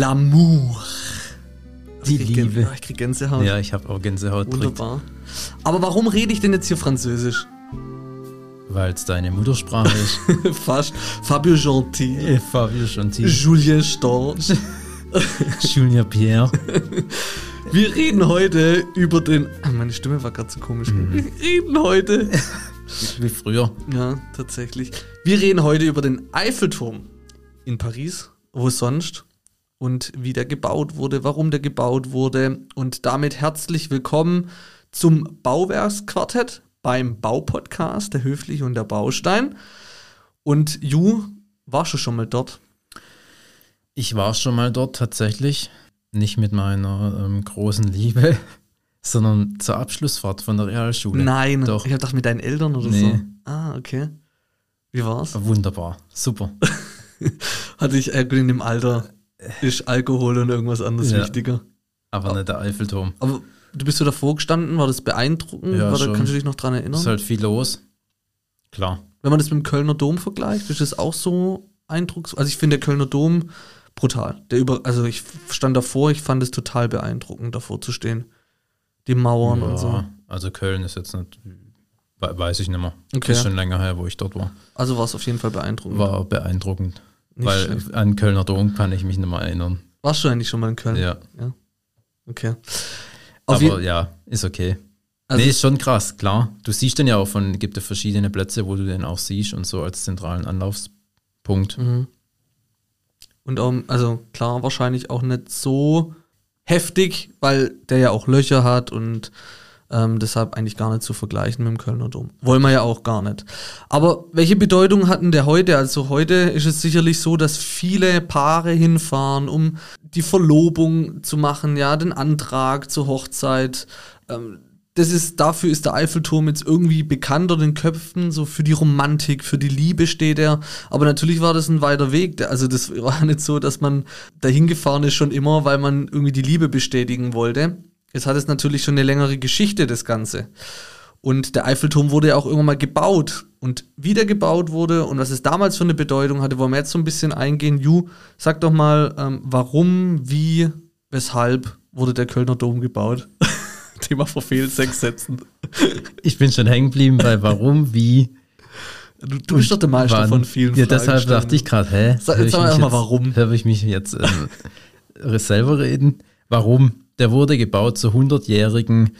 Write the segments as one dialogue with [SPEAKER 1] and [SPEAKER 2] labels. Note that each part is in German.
[SPEAKER 1] L'amour.
[SPEAKER 2] Die
[SPEAKER 1] Ich krieg Gän-
[SPEAKER 2] Liebe.
[SPEAKER 1] Ah, Ich krieg Gänsehaut.
[SPEAKER 2] Ja, ich habe auch Gänsehaut gekriegt,
[SPEAKER 1] Wunderbar. Aber warum rede ich denn jetzt hier Französisch?
[SPEAKER 2] weil es deine Muttersprache ist.
[SPEAKER 1] Fast. Fabio Gentil.
[SPEAKER 2] Äh, Fabio Chantil,
[SPEAKER 1] Julien Storch.
[SPEAKER 2] Julien Pierre.
[SPEAKER 1] Wir reden heute über den. Ah, meine Stimme war gerade so komisch.
[SPEAKER 2] Mhm.
[SPEAKER 1] Wir reden heute.
[SPEAKER 2] Wie früher.
[SPEAKER 1] Ja, tatsächlich. Wir reden heute über den Eiffelturm in Paris, wo sonst und wie der gebaut wurde, warum der gebaut wurde und damit herzlich willkommen zum Bauwerksquartett beim Baupodcast der Höfliche und der Baustein. Und Ju, warst du schon mal dort?
[SPEAKER 2] Ich war schon mal dort tatsächlich. Nicht mit meiner ähm, großen Liebe, sondern zur Abschlussfahrt von der Realschule.
[SPEAKER 1] Nein,
[SPEAKER 2] Doch.
[SPEAKER 1] ich habe gedacht mit deinen Eltern oder
[SPEAKER 2] Nee. Oh.
[SPEAKER 1] so. Ah, okay. Wie war's?
[SPEAKER 2] Wunderbar. Super.
[SPEAKER 1] Hatte ich äh, gut, in dem Alter ist Alkohol und irgendwas anderes
[SPEAKER 2] Ja.
[SPEAKER 1] wichtiger.
[SPEAKER 2] Aber nicht der Eiffelturm.
[SPEAKER 1] Aber du bist so davor gestanden, war das beeindruckend?
[SPEAKER 2] Ja,
[SPEAKER 1] war, da
[SPEAKER 2] schon.
[SPEAKER 1] kannst du dich noch dran erinnern?
[SPEAKER 2] Ist halt viel los. Klar.
[SPEAKER 1] Wenn man das mit dem Kölner Dom vergleicht, ist das auch so eindrucksvoll. Also ich finde der Kölner Dom brutal. Der über, also ich stand davor, ich fand es total beeindruckend, davor zu stehen. Die Mauern und so.
[SPEAKER 2] Ja, also Köln ist jetzt nicht, we- weiß ich nicht mehr.
[SPEAKER 1] Okay.
[SPEAKER 2] Ist schon länger her, wo ich dort war.
[SPEAKER 1] Also war es auf jeden Fall beeindruckend.
[SPEAKER 2] War beeindruckend.
[SPEAKER 1] Nicht
[SPEAKER 2] weil
[SPEAKER 1] schlecht.
[SPEAKER 2] an Kölner Dom kann ich mich nicht mehr erinnern.
[SPEAKER 1] Warst du eigentlich schon mal in Köln?
[SPEAKER 2] Ja.
[SPEAKER 1] Okay. Auf
[SPEAKER 2] Aber
[SPEAKER 1] je-
[SPEAKER 2] ja, ist okay.
[SPEAKER 1] Also-
[SPEAKER 2] nee, ist schon krass, klar. Du siehst den ja auch von, gibt ja verschiedene Plätze, wo du den auch siehst und so als zentralen Anlaufspunkt.
[SPEAKER 1] Mhm. Und ähm, also klar, wahrscheinlich auch nicht so heftig, weil der ja auch Löcher hat und ähm, deshalb eigentlich gar nicht zu vergleichen mit dem Kölner Dom. Wollen wir ja auch gar nicht. Aber welche Bedeutung hatten der heute? Also heute ist es sicherlich so, dass viele Paare hinfahren, um die Verlobung zu machen, ja, den Antrag zur Hochzeit. Ähm, das ist, dafür ist der Eiffelturm jetzt irgendwie bekannter den Köpfen, so für die Romantik, für die Liebe steht er. Aber natürlich war das ein weiter Weg. Der- Also das war nicht so, dass man dahin gefahren ist schon immer, weil man irgendwie die Liebe bestätigen wollte. Jetzt hat es natürlich schon eine längere Geschichte, das Ganze. Und der Eiffelturm wurde ja auch irgendwann mal gebaut und wieder gebaut wurde. Und was es damals für eine Bedeutung hatte, wollen wir jetzt so ein bisschen eingehen. Ju, sag doch mal, ähm, warum, wie, weshalb wurde der Kölner Dom gebaut? Thema verfehlt, sechs Sätzen.
[SPEAKER 2] Ich bin schon hängen geblieben bei warum, wie,
[SPEAKER 1] Du, du bist doch der Meister
[SPEAKER 2] wann.
[SPEAKER 1] von vielen
[SPEAKER 2] Ja, deshalb dachte ich gerade, hä?
[SPEAKER 1] Sag-
[SPEAKER 2] hör ich
[SPEAKER 1] sag mal
[SPEAKER 2] mich
[SPEAKER 1] erst mal
[SPEAKER 2] jetzt-
[SPEAKER 1] warum.
[SPEAKER 2] Hör ich mich jetzt ähm, selber reden? Warum? Der wurde gebaut zur 100-jährigen,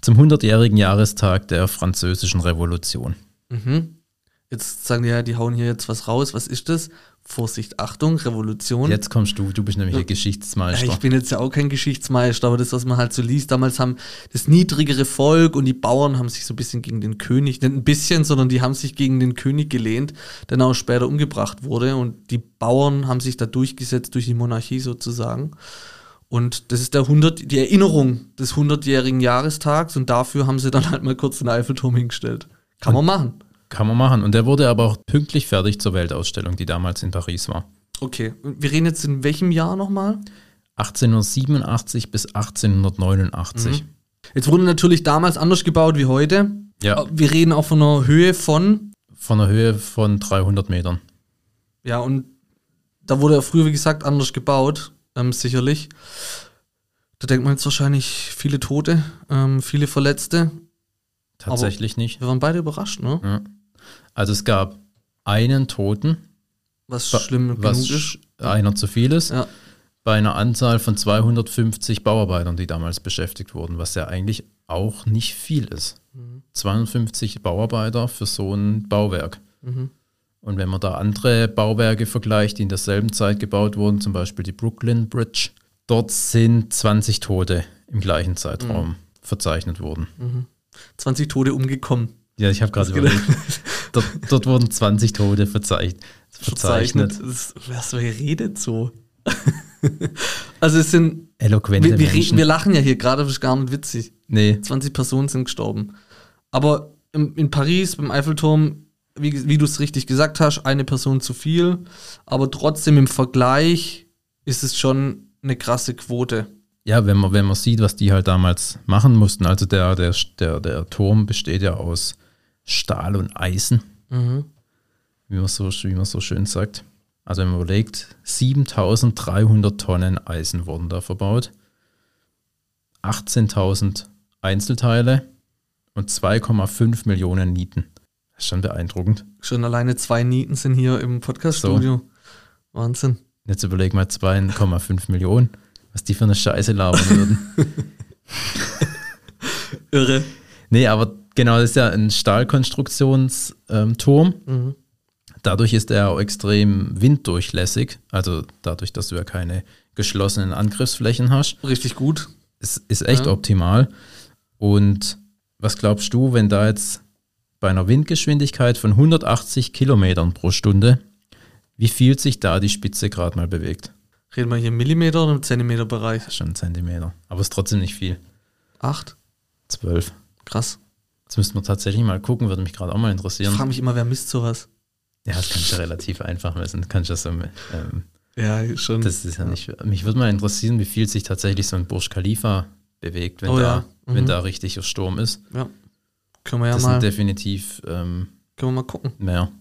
[SPEAKER 2] zum 100-jährigen Jahrestag der französischen Revolution.
[SPEAKER 1] Mhm. Jetzt sagen die ja, die hauen hier jetzt was raus. Was ist das? Vorsicht, Achtung, Revolution.
[SPEAKER 2] Jetzt kommst du, du bist nämlich der Geschichtsmeister.
[SPEAKER 1] Ja, Äh, Ich bin jetzt ja auch kein Geschichtsmeister, aber das, was man halt so liest, damals haben das niedrigere Volk und die Bauern haben sich so ein bisschen gegen den König, nicht ein bisschen, sondern die haben sich gegen den König gelehnt, der dann auch später umgebracht wurde und die Bauern haben sich da durchgesetzt durch die Monarchie sozusagen. Und das ist der 100, die Erinnerung des 100-jährigen Jahrestags und dafür haben sie dann halt mal kurz den Eiffelturm hingestellt. Kann man machen.
[SPEAKER 2] Kann man machen. Und der wurde aber auch pünktlich fertig zur Weltausstellung, die damals in Paris war.
[SPEAKER 1] Okay, wir reden jetzt in welchem Jahr nochmal?
[SPEAKER 2] 1887 bis
[SPEAKER 1] Mhm.
[SPEAKER 2] 1889.
[SPEAKER 1] Jetzt wurde natürlich damals anders gebaut wie heute.
[SPEAKER 2] Ja,
[SPEAKER 1] Wir reden auch von einer Höhe von,
[SPEAKER 2] von einer Höhe von 300 Metern.
[SPEAKER 1] ja, und da wurde ja früher, wie gesagt, anders gebaut, ähm, sicherlich. Da denkt man jetzt wahrscheinlich viele Tote, ähm, viele Verletzte.
[SPEAKER 2] Tatsächlich nicht.
[SPEAKER 1] Wir waren beide überrascht, ne?
[SPEAKER 2] Ja. Also es gab einen Toten,
[SPEAKER 1] Was
[SPEAKER 2] wa-
[SPEAKER 1] schlimm genug
[SPEAKER 2] was
[SPEAKER 1] ist.
[SPEAKER 2] sch- einer zu viel ist,
[SPEAKER 1] Ja.
[SPEAKER 2] bei einer Anzahl von 250 Bauarbeitern, die damals beschäftigt wurden, was ja eigentlich auch nicht viel ist.
[SPEAKER 1] Mhm.
[SPEAKER 2] 250 Bauarbeiter für so ein Bauwerk.
[SPEAKER 1] Mhm.
[SPEAKER 2] Und wenn man da andere Bauwerke vergleicht, die in derselben Zeit gebaut wurden, zum Beispiel die Brooklyn Bridge, dort sind 20 Tote im gleichen
[SPEAKER 1] Mhm.
[SPEAKER 2] Zeitraum verzeichnet worden.
[SPEAKER 1] 20 Tote umgekommen.
[SPEAKER 2] Ja, ich habe gerade
[SPEAKER 1] Mhm. geht-
[SPEAKER 2] überlegt. Dort, dort wurden 20 Tote verzeichnet. verzeichnet.
[SPEAKER 1] Das, was, wer redet so? also es sind,
[SPEAKER 2] Eloquente
[SPEAKER 1] wir, wir, reden,
[SPEAKER 2] Menschen.
[SPEAKER 1] wir lachen ja hier gerade, das ist gar nicht witzig.
[SPEAKER 2] nee,
[SPEAKER 1] 20 Personen sind gestorben. Aber in, in Paris, beim Eiffelturm, wie, wie du es richtig gesagt hast, eine Person zu viel. Aber trotzdem im Vergleich ist es schon eine krasse Quote.
[SPEAKER 2] ja, wenn man, wenn man sieht, was die halt damals machen mussten. Also der, der, der, der Turm besteht ja
[SPEAKER 1] Mhm.
[SPEAKER 2] aus Stahl und Eisen, wie man so, wie man so schön sagt. Also wenn man überlegt, 7300 Tonnen Eisen wurden da verbaut, 18.000 Einzelteile und 2,5 Millionen Nieten. Das ist schon beeindruckend.
[SPEAKER 1] Schon alleine zwei Nieten sind hier im Podcaststudio. Wahnsinn.
[SPEAKER 2] Jetzt überleg mal 2,5 Millionen, was die für eine Scheiße labern würden.
[SPEAKER 1] Irre.
[SPEAKER 2] nee, aber genau, das ist ja ein Stahlkonstruktionsturm.
[SPEAKER 1] Mhm.
[SPEAKER 2] Dadurch ist er auch extrem winddurchlässig, also dadurch, dass du ja keine geschlossenen Angriffsflächen hast.
[SPEAKER 1] Richtig gut.
[SPEAKER 2] Es ist echt
[SPEAKER 1] Ja.
[SPEAKER 2] optimal. Und was glaubst du, wenn da jetzt bei einer Windgeschwindigkeit von 180 Kilometern pro Stunde, wie viel sich da die Spitze gerade mal bewegt?
[SPEAKER 1] Reden wir hier im Millimeter oder im Zentimeterbereich?
[SPEAKER 2] Das ist schon ein Zentimeter, aber es ist trotzdem nicht viel.
[SPEAKER 1] Acht?
[SPEAKER 2] Zwölf.
[SPEAKER 1] Krass.
[SPEAKER 2] Jetzt müssten wir tatsächlich mal gucken, würde mich gerade auch mal
[SPEAKER 1] Ich
[SPEAKER 2] interessieren.
[SPEAKER 1] frage mich immer, wer misst sowas?
[SPEAKER 2] Ja, das kannst du relativ einfach messen. Kannst du das so, ähm,
[SPEAKER 1] Ja, schon.
[SPEAKER 2] Das ist ja nicht. Mich würde mal interessieren, wie viel sich tatsächlich so ein Burj Khalifa bewegt, wenn,
[SPEAKER 1] Oh
[SPEAKER 2] da,
[SPEAKER 1] ja,
[SPEAKER 2] wenn
[SPEAKER 1] mhm.
[SPEAKER 2] da richtiger Sturm ist.
[SPEAKER 1] ja. Können wir ja
[SPEAKER 2] das
[SPEAKER 1] mal,
[SPEAKER 2] sind
[SPEAKER 1] können
[SPEAKER 2] definitiv ähm,
[SPEAKER 1] wir mal gucken.
[SPEAKER 2] mehr.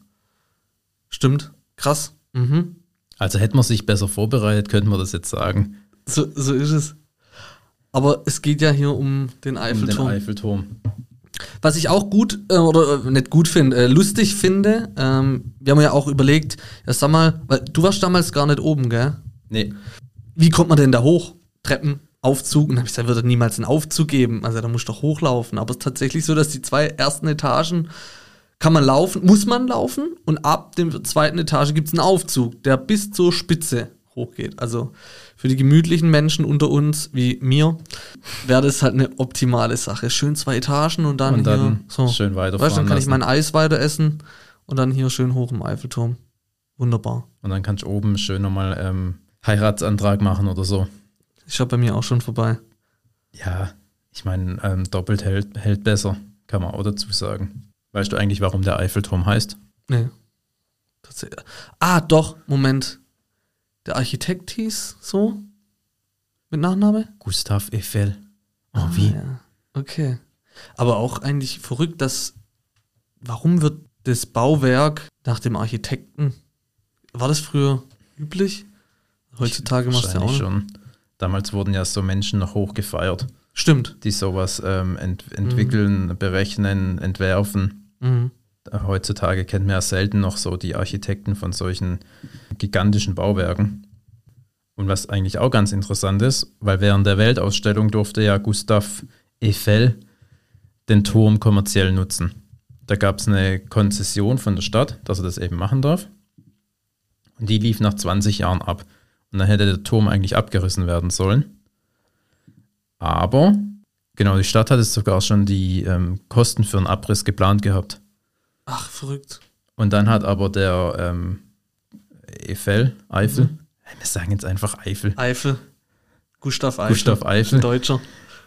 [SPEAKER 1] Stimmt. Krass. Mhm.
[SPEAKER 2] Also hätte man sich besser vorbereitet, könnte man das jetzt sagen.
[SPEAKER 1] So, so ist es. Aber es geht ja hier um den Eiffelturm.
[SPEAKER 2] Um den Eiffelturm.
[SPEAKER 1] Was ich auch gut äh, oder äh, nicht gut finde, äh, lustig finde, ähm, wir haben ja auch überlegt, ja sag mal, weil du warst damals gar nicht oben, gell?
[SPEAKER 2] Nee,
[SPEAKER 1] Wie kommt man denn da hoch? Treppen, Aufzug? Und dann hab ich gesagt, wird er niemals einen Aufzug geben. Also da musst du doch hochlaufen. Aber es ist tatsächlich so, dass die zwei ersten Etagen kann man laufen, muss man laufen und ab der zweiten Etage gibt es einen Aufzug, der bis zur Spitze hochgeht. Also für die gemütlichen Menschen unter uns wie mir wäre das halt eine optimale Sache. Schön zwei Etagen und dann,
[SPEAKER 2] und dann
[SPEAKER 1] hier so.
[SPEAKER 2] schön weiterfahren
[SPEAKER 1] Weißt, du, dann kann ich
[SPEAKER 2] lassen.
[SPEAKER 1] mein Eis weiter essen und dann hier schön hoch im Eiffelturm. Wunderbar.
[SPEAKER 2] und dann kannst du oben schön nochmal ähm, Heiratsantrag machen oder so.
[SPEAKER 1] Ist ja bei mir auch schon vorbei.
[SPEAKER 2] Ja, ich meine, ähm, doppelt hält, hält besser, kann man auch dazu sagen. Weißt du eigentlich, warum der Eiffelturm heißt?
[SPEAKER 1] Nee. Tatsächlich. Ah, doch, Moment. Der Architekt hieß so? Mit Nachname?
[SPEAKER 2] Gustav Eiffel. Oh, wie?
[SPEAKER 1] Ah, ja. Okay. Aber auch eigentlich verrückt, dass. Warum wird das Bauwerk nach dem Architekten. War das früher üblich? Heutzutage machst du ja auch.
[SPEAKER 2] Wahrscheinlich
[SPEAKER 1] Schon.
[SPEAKER 2] schon. Damals wurden ja so Menschen noch hochgefeiert,
[SPEAKER 1] Stimmt.
[SPEAKER 2] die sowas ähm, ent entwickeln, berechnen, entwerfen.
[SPEAKER 1] Mhm.
[SPEAKER 2] Äh, Heutzutage kennt man ja selten noch so die Architekten von solchen gigantischen Bauwerken. Und was eigentlich auch ganz interessant ist, weil während der Weltausstellung durfte ja Gustav Eiffel den Turm kommerziell nutzen. Da gab es eine Konzession von der Stadt, dass er das eben machen darf. Und die lief nach 20 Jahren ab. Und dann hätte der Turm eigentlich abgerissen werden sollen. Aber, genau, die Stadt hat es sogar schon die ähm, Kosten für einen Abriss geplant gehabt.
[SPEAKER 1] Ach, verrückt.
[SPEAKER 2] Und dann hat aber der ähm, Eiffel, Eifel, wir sagen jetzt einfach Eifel,
[SPEAKER 1] Eifel. Gustav Eifel.
[SPEAKER 2] Gustav Eifel,
[SPEAKER 1] Ein Deutscher.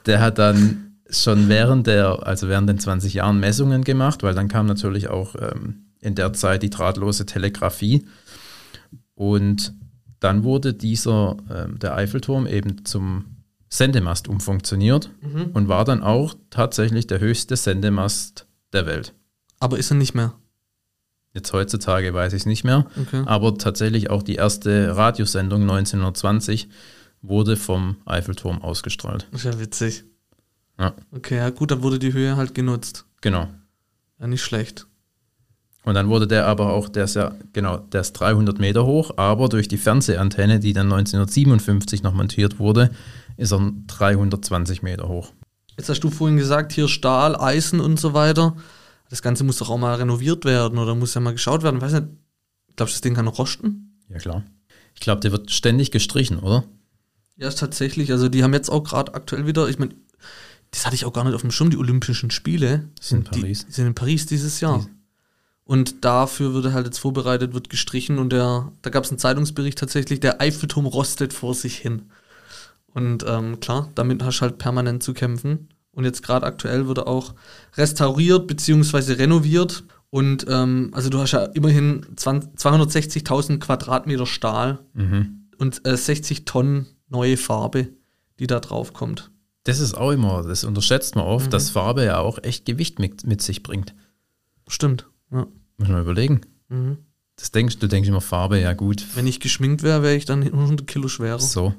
[SPEAKER 2] der hat dann schon während der, also während den 20 Jahren Messungen gemacht, weil dann kam natürlich auch ähm, in der Zeit die drahtlose Telegrafie. Und dann wurde dieser, ähm, der Eiffelturm eben zum Sendemast umfunktioniert
[SPEAKER 1] Mhm.
[SPEAKER 2] und war dann auch tatsächlich der höchste Sendemast der Welt.
[SPEAKER 1] Aber ist er nicht mehr.
[SPEAKER 2] Jetzt heutzutage weiß ich es nicht mehr,
[SPEAKER 1] Okay.
[SPEAKER 2] Mhm. aber tatsächlich auch die erste Radiosendung 1920 wurde vom Eiffelturm ausgestrahlt.
[SPEAKER 1] Ist ja witzig.
[SPEAKER 2] Ja.
[SPEAKER 1] Okay, ja gut, dann wurde die Höhe halt genutzt.
[SPEAKER 2] Genau.
[SPEAKER 1] Ja, nicht schlecht.
[SPEAKER 2] Und dann wurde der aber auch, der ist ja, genau, der ist 300 Meter hoch, aber durch die Fernsehantenne, die dann 1957 noch montiert wurde, ist er 320 Meter hoch.
[SPEAKER 1] Jetzt hast du vorhin gesagt, hier Stahl, Eisen und so weiter. Das Ganze muss doch auch mal renoviert werden oder muss ja mal geschaut werden. Weiß nicht, glaubst du, das Ding kann rosten?
[SPEAKER 2] Ja, klar. Ich glaube, der wird ständig gestrichen, oder?
[SPEAKER 1] Ja, ist tatsächlich. Also die haben jetzt auch gerade aktuell wieder, ich meine, das hatte ich auch gar nicht auf dem Schirm, die Olympischen Spiele.
[SPEAKER 2] Sind in
[SPEAKER 1] die-
[SPEAKER 2] Paris.
[SPEAKER 1] Die, sind in Paris dieses Jahr. Und dafür wird halt jetzt vorbereitet, wird gestrichen und der, da gab es einen Zeitungsbericht tatsächlich, der Eiffelturm rostet vor sich hin. Und ähm, klar, damit hast du halt permanent zu kämpfen. Und jetzt gerade aktuell wird er auch restauriert bzw. renoviert. Und ähm, also du hast ja immerhin 20 260.000 Quadratmeter Stahl
[SPEAKER 2] Mhm.
[SPEAKER 1] und äh, 60 Tonnen neue Farbe, die da drauf kommt.
[SPEAKER 2] Das ist auch immer, das unterschätzt man oft, dass Farbe ja auch echt Gewicht mit, mit sich bringt.
[SPEAKER 1] Stimmt. Ja.
[SPEAKER 2] Muss man überlegen.
[SPEAKER 1] Mhm.
[SPEAKER 2] Das denkst, du denkst immer Farbe, ja gut.
[SPEAKER 1] Wenn ich geschminkt wäre, wäre ich dann 100 Kilo schwerer.
[SPEAKER 2] So.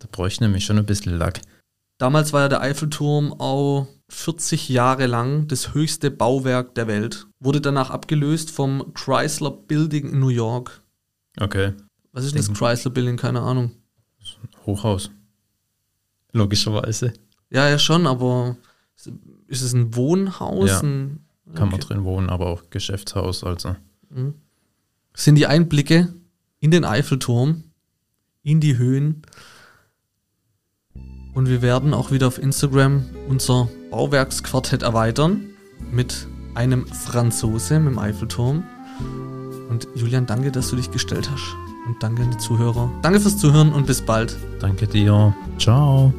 [SPEAKER 2] Da bräuchte ich nämlich schon ein bisschen Lack.
[SPEAKER 1] Damals war ja der Eiffelturm auch 40 Jahre lang das höchste Bauwerk der Welt. Wurde danach abgelöst vom Chrysler Building in New York.
[SPEAKER 2] Okay.
[SPEAKER 1] Was ist denn das
[SPEAKER 2] Denken-
[SPEAKER 1] Chrysler Building? Keine Ahnung.
[SPEAKER 2] Hochhaus. Logischerweise.
[SPEAKER 1] Ja, ja, schon, aber ist es ein Wohnhaus?
[SPEAKER 2] Ja.
[SPEAKER 1] Ein,
[SPEAKER 2] Kann man
[SPEAKER 1] Okay.
[SPEAKER 2] drin wohnen, aber auch Geschäftshaus. Also.
[SPEAKER 1] Sind die Einblicke in den Eiffelturm, in die Höhen. Und wir werden auch wieder auf Instagram unser Bauwerksquartett erweitern mit einem Franzose mit dem Eiffelturm. Und Julian, danke, dass du dich gestellt hast. Und danke an die Zuhörer. Danke fürs Zuhören und bis bald.
[SPEAKER 2] Danke dir. Ciao.